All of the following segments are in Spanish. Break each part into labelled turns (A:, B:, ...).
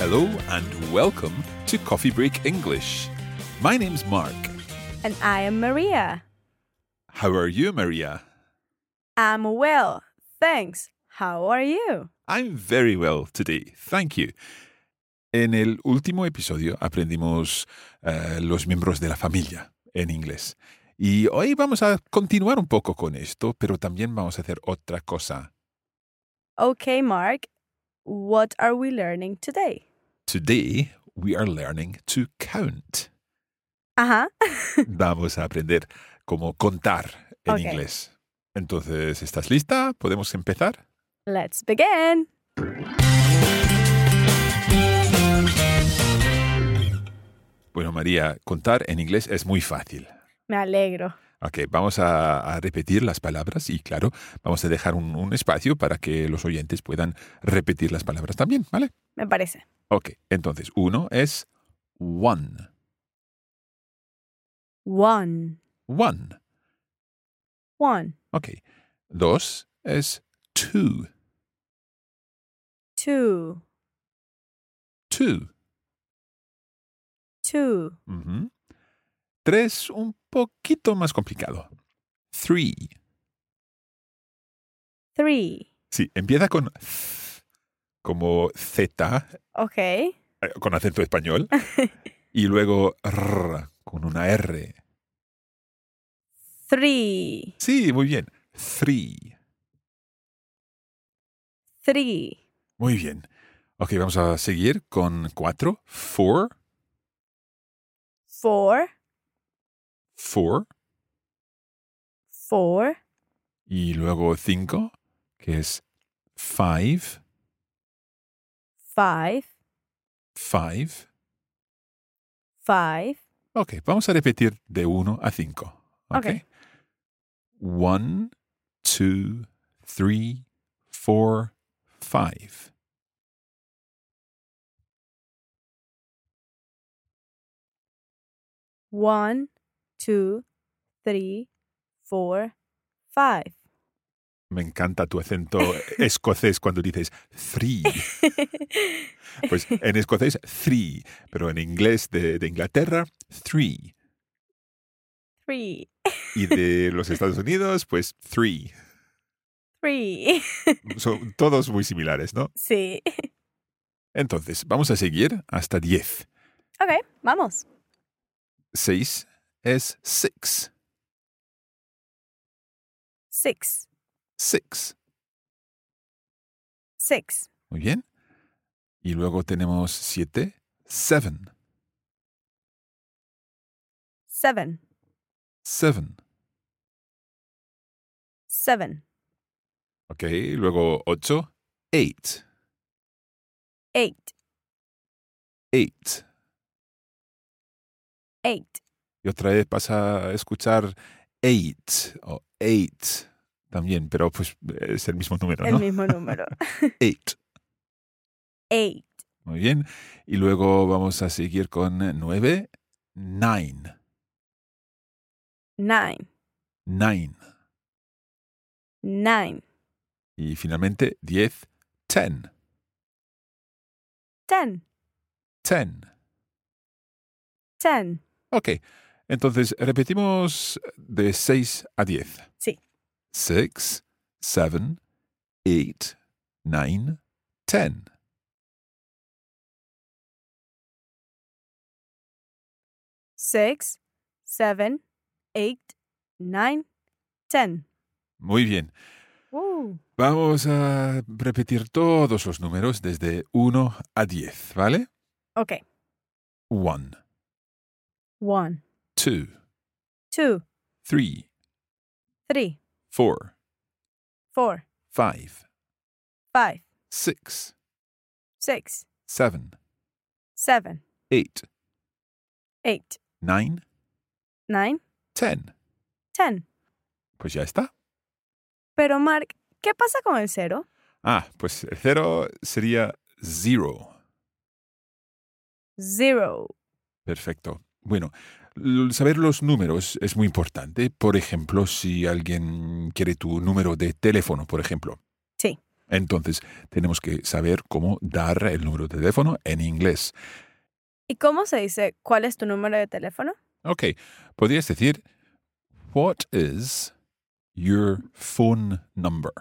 A: Hello and welcome to Coffee Break English. My name's Mark.
B: And I am Maria.
A: How are you, Maria?
B: I'm well, thanks. How are you?
A: I'm very well today, thank you. En el último episodio aprendimos eh, los miembros de la familia en inglés. Y hoy vamos a continuar un poco con esto, pero también vamos a hacer otra cosa.
B: Okay, Mark. What are we learning today?
A: Today we are learning to count.
B: Ajá.
A: Vamos a aprender cómo contar en
B: Ok.
A: inglés. Entonces, ¿estás lista? ¿Podemos empezar?
B: Let's begin.
A: Bueno, María, contar en inglés es muy fácil.
B: Me alegro.
A: Ok, vamos a, a repetir las palabras y claro, vamos a dejar un, un espacio para que los oyentes puedan repetir las palabras también, ¿vale?
B: Me parece.
A: Ok, entonces uno es one,
B: One.
A: one.
B: One.
A: Ok, dos es two,
B: Two.
A: two.
B: Two.
A: Ujú. Tres, un poquito más complicado. Three.
B: Three.
A: Sí, empieza con th, como Z,
B: Okay.
A: eh, con acento español, y luego r, con una R.
B: Three.
A: Sí, muy bien. Three.
B: Three.
A: Muy bien. Ok, vamos a seguir con cuatro. Four,
B: Four.
A: four.
B: Four.
A: Y luego cinco, que es five,
B: Five.
A: five.
B: Five.
A: Ok, vamos a repetir de uno a cinco.
B: Ok.
A: One, two, three, four, five.
B: One. Two. Three. Four. Five.
A: Me encanta tu acento escocés cuando dices three. Pues en escocés, three, pero en inglés de, de Inglaterra, three.
B: Three.
A: Y de los Estados Unidos, pues three.
B: Three.
A: Son todos muy similares, ¿no?
B: Sí.
A: Entonces, vamos a seguir hasta 10.
B: Okay, vamos.
A: 6 es six.
B: Six.
A: Six.
B: Six.
A: Muy bien. Y luego tenemos 7. Seven.
B: Seven.
A: Seven.
B: Seven.
A: Ok. Luego 8. Eight.
B: Eight.
A: Eight.
B: Eight.
A: Y otra vez vas a escuchar eight o eight también, pero pues es el mismo número,
B: El
A: ¿no?
B: mismo número.
A: Eight.
B: Eight.
A: Muy bien. Y luego vamos a seguir con 9. Nine.
B: Nine.
A: Nine.
B: Nine.
A: Y finalmente 10. Ten.
B: Ten.
A: ten.
B: Ten.
A: Ok, entonces repetimos de 6 a 10.
B: Sí.
A: 6, 7, 8, 9, 10.
B: Six, seven, eight, nine, ten.
A: Muy bien.
B: Woo.
A: Vamos a repetir todos los números desde 1 a 10, ¿vale?
B: Okay.
A: 1,
B: One,
A: 2,
B: two,
A: 3,
B: three,
A: 4,
B: four,
A: 5,
B: five,
A: 6,
B: six,
A: 7,
B: seven,
A: 8,
B: eight,
A: 9,
B: nine,
A: 10.
B: ten.
A: Pues ya está.
B: Pero Mark, ¿qué pasa con el cero?
A: Ah, pues el cero sería zero.
B: Zero.
A: Perfecto. Bueno, l- saber los números es muy importante. Por ejemplo, si alguien quiere tu número de teléfono, por ejemplo.
B: Sí.
A: Entonces, tenemos que saber cómo dar el número de teléfono en inglés.
B: ¿Y cómo se dice cuál es tu número de teléfono?
A: Ok, podrías decir, What is your phone number?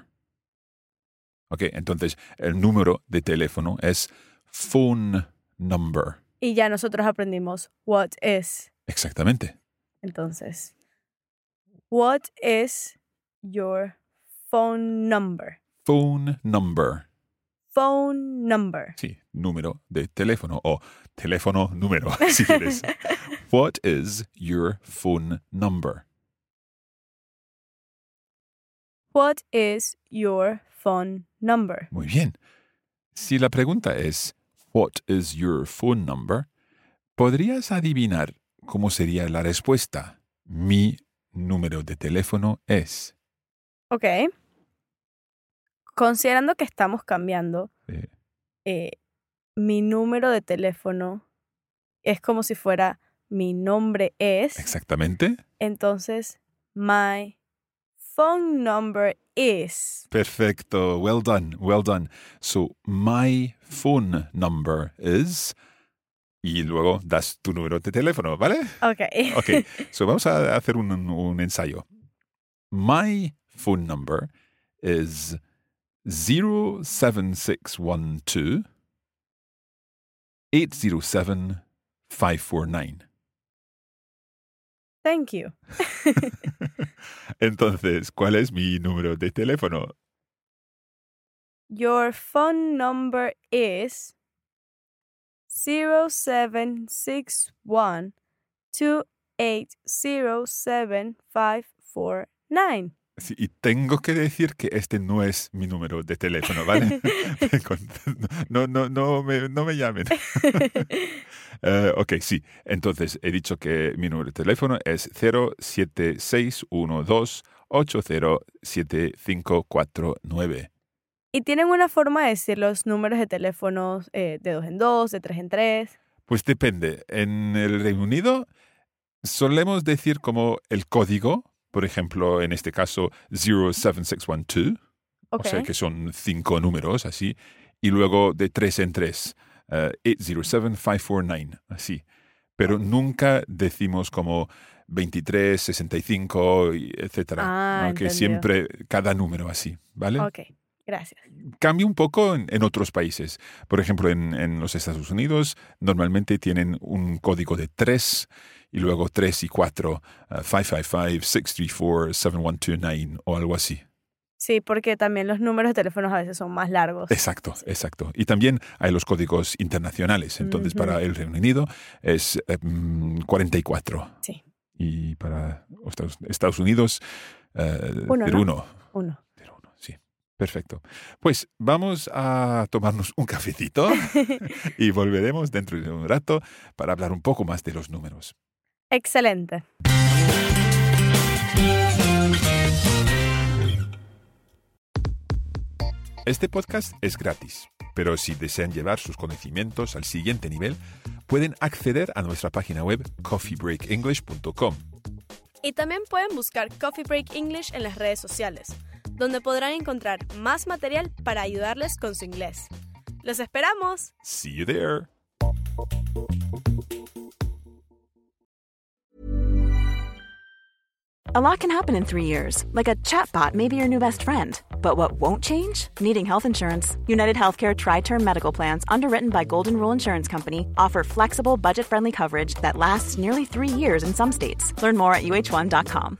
A: Ok, entonces el número de teléfono es phone number.
B: Y ya nosotros aprendimos what is.
A: Exactamente.
B: Entonces, what is your phone number?
A: Phone number.
B: Phone number.
A: Sí, número de teléfono o teléfono número, si quieres. What is your phone number?
B: What is your phone number?
A: Muy bien. Si la pregunta es What is your phone number? ¿Podrías adivinar cómo sería la respuesta? Mi número de teléfono es.
B: Ok. Considerando que estamos cambiando,
A: Eh,
B: eh, mi número de teléfono es como si fuera mi nombre es.
A: Exactamente.
B: Entonces, my phone number is.
A: Perfecto. Well done. Well done. So, my phone number is. Y luego das tu número de teléfono, ¿vale?
B: Ok.
A: Ok, so vamos a hacer un, un ensayo. My phone number is 07612 807 549.
B: Thank you.
A: Entonces, ¿cuál es mi número de teléfono?
B: Your phone number is 0761 2807549.
A: Sí, y tengo que decir que este no es mi número de teléfono, ¿vale? Con- no, no, no, me, no me llamen. Eh, ok, sí. Entonces, he dicho que mi número de teléfono es 07612807549.
B: Y tienen una forma de decir los números de teléfonos eh, de dos en dos, de tres en tres.
A: Pues depende. En el Reino Unido solemos decir como el código, por ejemplo, en este caso 07612.
B: Ok.
A: O sea que son cinco números, así. Y luego de tres en tres. eh, 807-549, así. Pero nunca decimos como 23, 65, y etcétera.
B: Ah,
A: ¿no? que
B: entendido.
A: siempre cada número así, ¿vale?
B: ok, gracias.
A: Cambia un poco en, en otros países. Por ejemplo, en, en los Estados Unidos normalmente tienen un código de tres y luego tres y cuatro. eh, 555-634-7129 o algo así.
B: Sí, porque también los números de teléfonos a veces son más largos.
A: Exacto, exacto. Y también hay los códigos internacionales. Entonces,
B: Ujú.
A: para el Reino Unido es eh, mm, 44.
B: Sí.
A: Y para Estados, Estados Unidos, eh,
B: Uno,
A: 01.
B: ¿no? Uno.
A: Pero uno, sí. Perfecto. Pues vamos a tomarnos un cafecito y volveremos dentro de un rato para hablar un poco más de los números.
B: Excelente.
A: Este podcast es gratis, pero si desean llevar sus conocimientos al siguiente nivel, pueden acceder a nuestra página web coffeebreakenglish.com.
B: Y también pueden buscar Coffee Break English en las redes sociales, donde podrán encontrar más material para ayudarles con su inglés. ¡Los esperamos!
A: See you there.
C: A lot can happen in three years, like a chatbot may be your new best friend. But what won't change? Needing health insurance. United Healthcare Tri Term Medical Plans, underwritten by Golden Rule Insurance Company, offer flexible, budget friendly coverage that lasts nearly three years in some states. Learn more at uh1.com.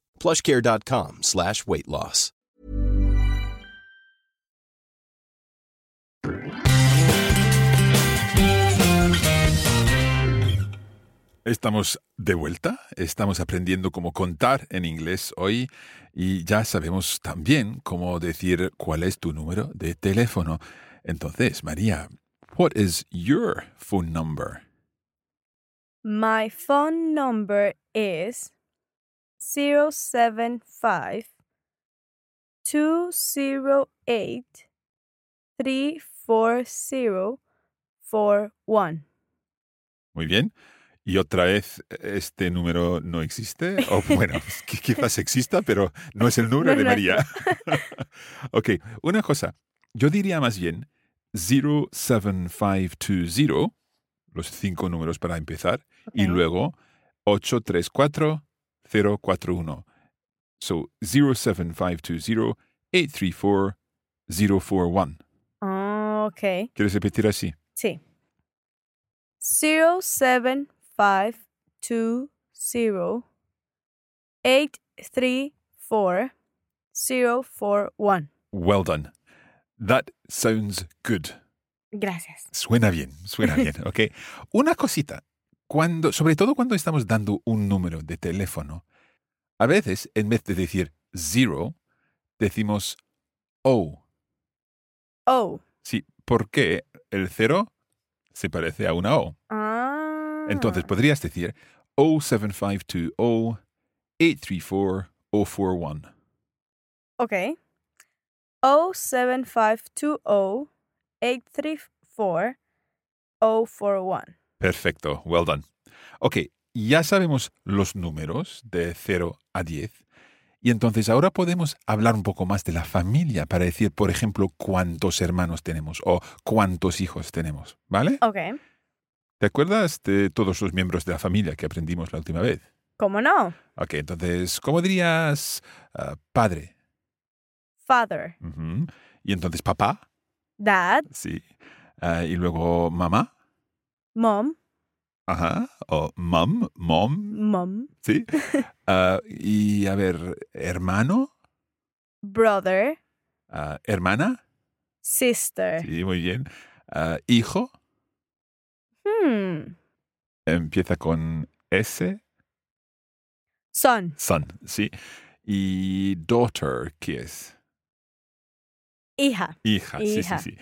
D: plushcare.com slash weight loss.
A: Estamos de vuelta, estamos aprendiendo cómo contar en inglés hoy y ya sabemos también cómo decir cuál es tu número de teléfono. Entonces, María, what is your phone number?
B: My phone number is 075 208 34041.
A: Muy bien. Y otra vez, este número no existe, o bueno, qui- quizás exista, pero no es el número
B: No,
A: de
B: no es.
A: María. ok, una cosa, yo diría más bien 07520, los cinco números para empezar, y
B: Ok.
A: luego 834041. So 07520 834 041.
B: Ah, ok.
A: ¿Quieres repetir así?
B: Sí. 07520 834 041.
A: Well done. That sounds good.
B: Gracias.
A: Suena bien, suena bien, ok. Una cosita, cuando, sobre todo cuando estamos dando un número de teléfono, a veces en vez de decir zero, decimos oh.
B: Oh.
A: Sí, porque el cero se parece a una O.
B: Ah.
A: Entonces podrías decir 07520 834 041.
B: Okay. 07520 834 041.
A: Perfecto, well done. Ok, ya sabemos los números de 0 a 10. Y entonces ahora podemos hablar un poco más de la familia para decir, por ejemplo, cuántos hermanos tenemos o cuántos hijos tenemos, ¿vale?
B: Okay.
A: ¿Te acuerdas de todos los miembros de la familia que aprendimos la última vez?
B: ¿Cómo no?
A: Ok, entonces, ¿cómo dirías ah, padre?
B: Father,
A: Ujú. Y entonces papá,
B: dad,
A: sí. Ah, y luego mamá,
B: mom,
A: ajá, o mom, mom,
B: mom,
A: ¿Sí? Ah, y a ver, hermano,
B: brother,
A: ah, hermana.
B: sister.
A: Sí, muy bien. Ah, hijo,
B: Hmm.
A: empieza con S,
B: Son,
A: son, ¿sí? Y daughter, ¿qué es?
B: hija,
A: Hija, sí, sí,
B: Hija.
A: sí.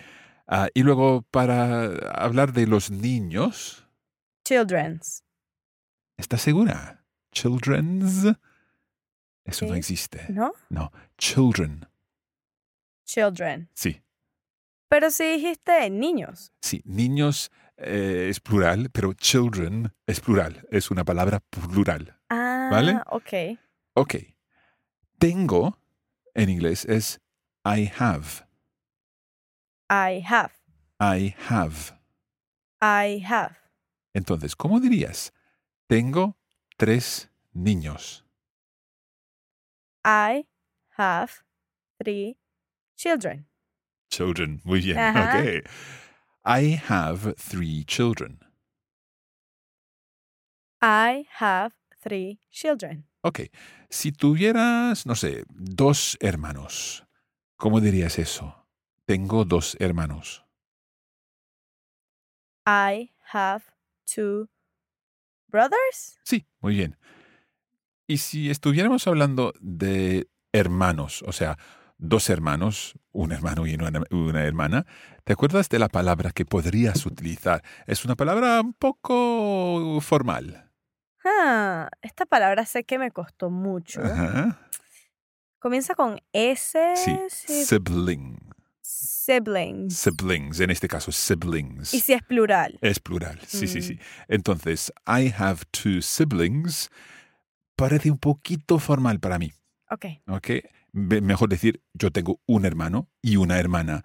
A: Ah, y luego, para hablar de los niños,
B: children's.
A: ¿estás segura? Children's. Eso no
B: ¿Sí?
A: existe.
B: ¿No?
A: No, children,
B: Children.
A: sí.
B: Pero si dijiste niños.
A: Sí, niños eh, es plural, pero children es plural. Es una palabra plural.
B: Ah,
A: ¿Vale?
B: ok.
A: Ok. Tengo en inglés es I have.
B: I have.
A: I have.
B: I have.
A: Entonces, ¿cómo dirías? Tengo tres niños.
B: I have three children.
A: Children. Muy bien.
B: Ajá.
A: Ok. I have three children.
B: I have three children.
A: Ok, si tuvieras, no sé, dos hermanos, ¿cómo dirías eso? Tengo dos hermanos.
B: I have two brothers.
A: Sí, muy bien. Y si estuviéramos hablando de hermanos, o sea, dos hermanos, un hermano y una, una hermana, ¿te acuerdas de la palabra que podrías utilizar? Es una palabra un poco formal.
B: Ah, esta palabra sé que me costó mucho.
A: Ajá.
B: Comienza con S.
A: ¿eh? Sí, sibling.
B: Siblings.
A: Siblings, en este caso, siblings.
B: Y si es plural.
A: Es plural, sí, sí,
B: Mm.
A: sí. Entonces, I have two siblings parece un poquito formal para mí,
B: Ok.
A: ¿ok? Be- Mejor decir, yo tengo un hermano y una hermana.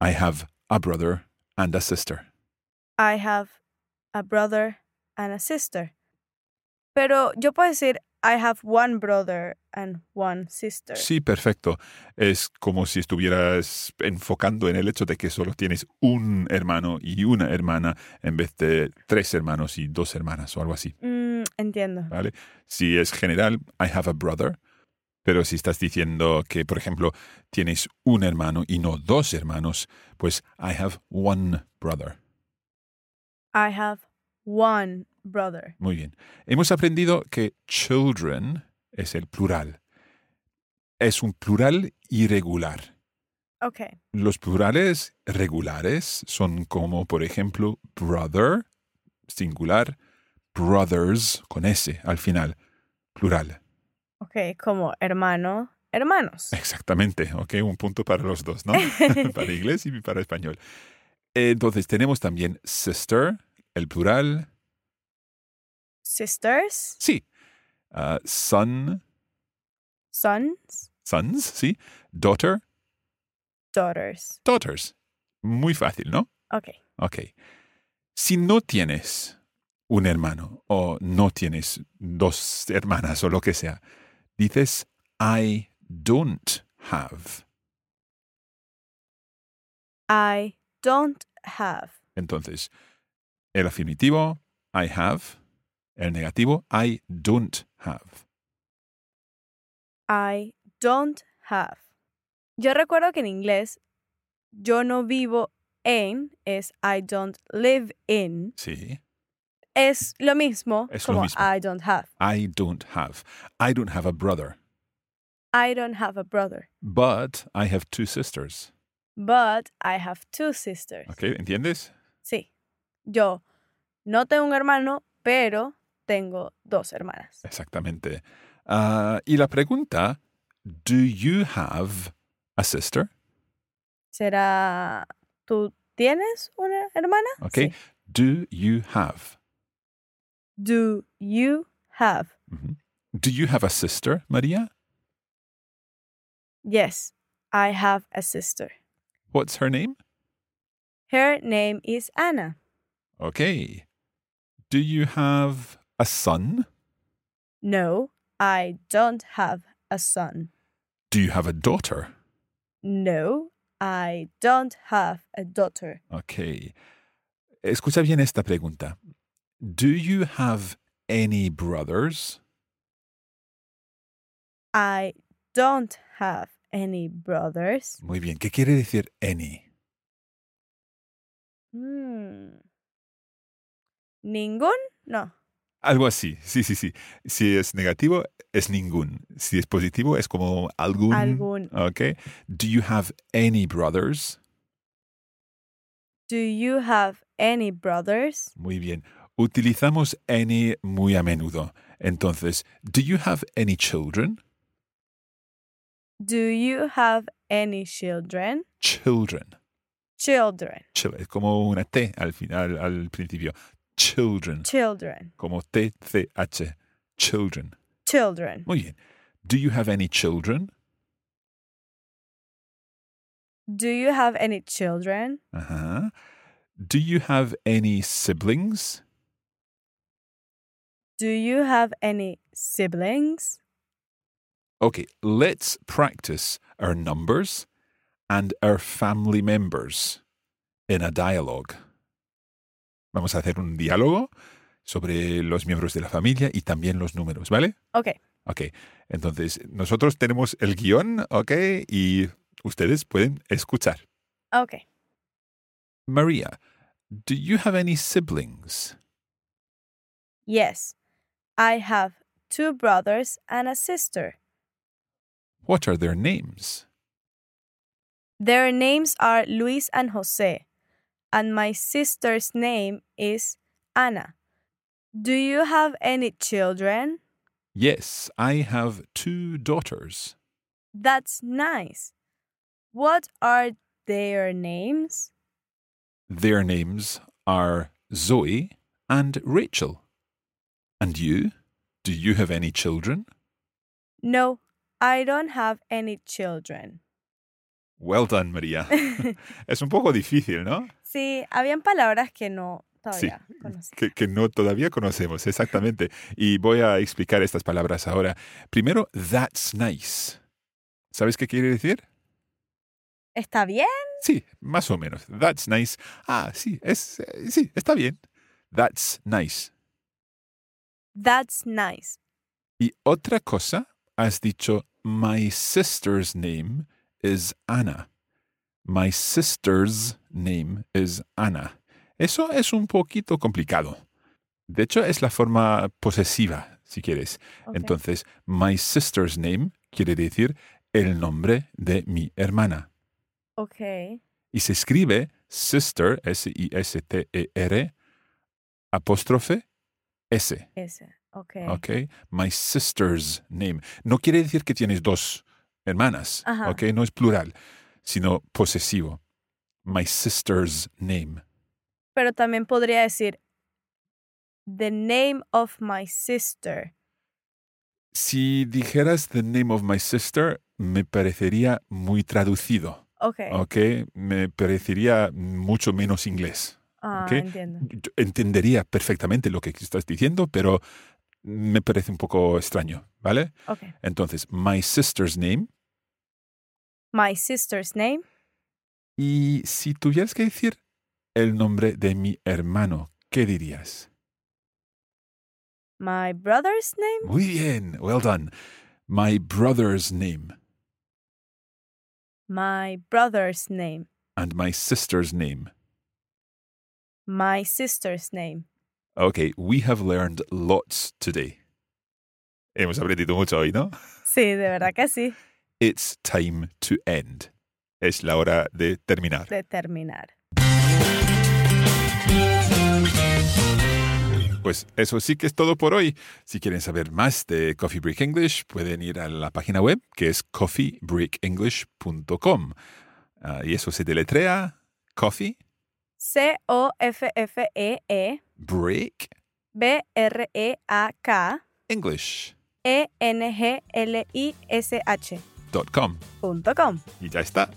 A: I have a brother and a sister.
B: I have a brother and a sister. Pero yo puedo decir I have one brother and one sister.
A: Sí, perfecto. Es como si estuvieras enfocando en el hecho de que solo tienes un hermano y una hermana en vez de tres hermanos y dos hermanas o algo así.
B: Mm, entiendo.
A: ¿vale? Si es general, I have a brother. Pero si estás diciendo que, por ejemplo, tienes un hermano y no dos hermanos, pues I have one brother.
B: I have one brother.
A: Muy bien. Hemos aprendido que children es el plural. Es un plural irregular.
B: Ok.
A: Los plurales regulares son como, por ejemplo, brother, singular, brothers, con S al final, plural.
B: Ok, como hermano, hermanos.
A: Exactamente, ok, un punto para los dos, ¿no? para inglés y para español. Entonces tenemos también sister, el plural,
B: Sisters,
A: sí. Ah, son,
B: sons,
A: sons, sí. Daughter,
B: daughters.
A: daughters. Muy fácil, ¿no?
B: Ok.
A: Ok. Si no tienes un hermano o no tienes dos hermanas o lo que sea, dices I don't have.
B: I don't have.
A: Entonces, el afirmativo, I have. El negativo, I don't have.
B: I don't have. Yo recuerdo que en inglés yo no vivo en es I don't live in.
A: Sí.
B: Es lo mismo
A: Es lo
B: como
A: mismo.
B: I don't have.
A: I don't have. I don't have a brother,
B: I don't have a brother,
A: but I have two sisters.
B: but I have two sisters.
A: Ok, ¿entiendes?
B: Sí. Yo no tengo un hermano, pero tengo dos hermanas.
A: Exactamente. Ah, y la pregunta, do you have a sister?
B: ¿Será tú tienes una hermana?
A: Ok.
B: Sí.
A: Do you have?
B: Do you have?
A: Ujú. Do you have a sister, Maria?
B: Yes, I have a sister.
A: What's her name?
B: Her name is Anna.
A: Ok. Do you have a son?
B: No, I don't have a son.
A: Do you have a daughter?
B: No, I don't have a daughter.
A: Ok. Escucha bien esta pregunta. Do you have any brothers?
B: I don't have any brothers.
A: Muy bien. ¿Qué quiere decir any?
B: Hmm. ¿Ningún? No.
A: Algo así. Sí, sí, sí. Si es negativo, es ningún. Si es positivo, es como algún.
B: Algún.
A: Ok. Do you have any brothers?
B: Do you have any brothers?
A: Muy bien. Utilizamos any muy a menudo. Entonces, do you have any children?
B: Do you have any children?
A: Children.
B: Children.
A: Chil- es como una T al final, al principio. Children.
B: Children.
A: como TCH, children.
B: Children.
A: Muy bien. Do you have any children?
B: Do you have any children?
A: Ajá. Do you have any siblings?
B: Do you have any siblings?
A: Okay, let's practice our numbers and our family members in a dialogue. Vamos a hacer un diálogo sobre los miembros de la familia y también los números, ¿vale?
B: Ok,
A: Ok, entonces nosotros tenemos el guión, ok, y ustedes pueden escuchar.
B: ok.
A: Maria, do you have any siblings?
B: Yes, I have two brothers and a sister.
A: What are their names?
B: Their names are Luis and Jose, and my sister's name is Ana. Do you have any children?
A: Yes, I have two daughters.
B: That's nice. What are their names?
A: Their names are Zoe and Rachel. And you? Do you have any children?
B: No, I don't have any children.
A: Well done, María. es un poco difícil, ¿no?
B: Sí, habían palabras que no todavía
A: sí,
B: conocía.
A: que, que no todavía conocemos, exactamente. Y voy a explicar estas palabras ahora. Primero, that's nice. ¿Sabes qué quiere decir?
B: ¿Está bien?
A: Sí, más o menos. That's nice. Ah, sí, es, eh, sí, está bien. That's nice.
B: That's nice.
A: Y otra cosa, has dicho, my sister's name is Anna. My sister's name is Anna. Eso es un poquito complicado. De hecho, es la forma posesiva, si quieres.
B: Ok.
A: Entonces, my sister's name quiere decir el nombre de mi hermana.
B: Okay.
A: Y se escribe sister, S-I-S-T-E-R, E apóstrofe S.
B: Ese. Okay.
A: Okay, my sister's name. No quiere decir que tienes dos hermanas,
B: Ajá.
A: ok, no es plural, sino posesivo. My sister's name.
B: Pero también podría decir the name of my sister.
A: Si dijeras the name of my sister, me parecería muy traducido,
B: Okay.
A: ok, me parecería mucho menos inglés.
B: Ah,
A: ok.
B: entiendo.
A: Yo entendería perfectamente lo que estás diciendo, pero me parece un poco extraño, ¿vale?
B: Okay.
A: Entonces, my sister's name.
B: My sister's name.
A: Y si tuvieras que decir el nombre de mi hermano, ¿qué dirías?
B: My brother's name.
A: Muy bien, well done. My brother's name
B: My brother's name.
A: and my sister's name.
B: My sister's name.
A: Okay, we have learned lots today. Hemos aprendido mucho hoy, ¿no?
B: Sí, de verdad que sí.
A: It's time to end. Es la hora de terminar.
B: De terminar.
A: Pues eso sí que es todo por hoy. Si quieren saber más de Coffee Break English, pueden ir a la página web que es coffeebreakenglish.com. Ah, y eso se deletrea Coffee
B: C O F F E E
A: Break
B: B R E A K
A: English.com.
B: E N G L I S H punto com.
A: Y ya está.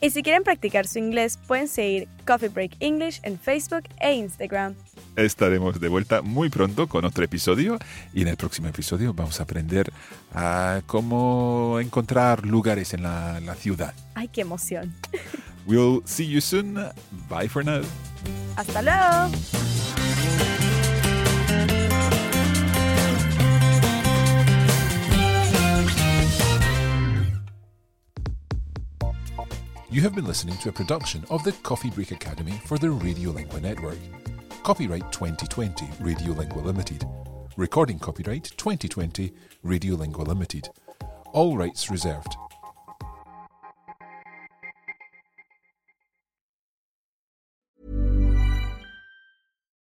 B: Y si quieren practicar su inglés, pueden seguir Coffee Break English en Facebook e Instagram.
A: Estaremos de vuelta muy pronto con otro episodio. Y en el próximo episodio vamos a aprender a cómo encontrar lugares en la- la ciudad.
B: ¡Ay, qué emoción!
A: We'll see you soon. Bye for now.
B: ¡Hasta luego!
E: You have been listening to a production of the Coffee Break Academy for the Radiolingua Network. Copyright 2020 Radiolingua Limited. Recording copyright 2020 Radiolingua Limited. All rights reserved.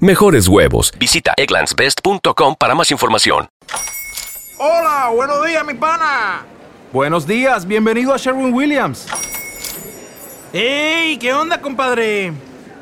D: mejores huevos. Visita egglandsbest.com para más información.
F: Hola, buenos días, mi pana.
G: Buenos días, bienvenido a Sherwin Williams.
F: ¡Ey! ¿Qué onda, compadre?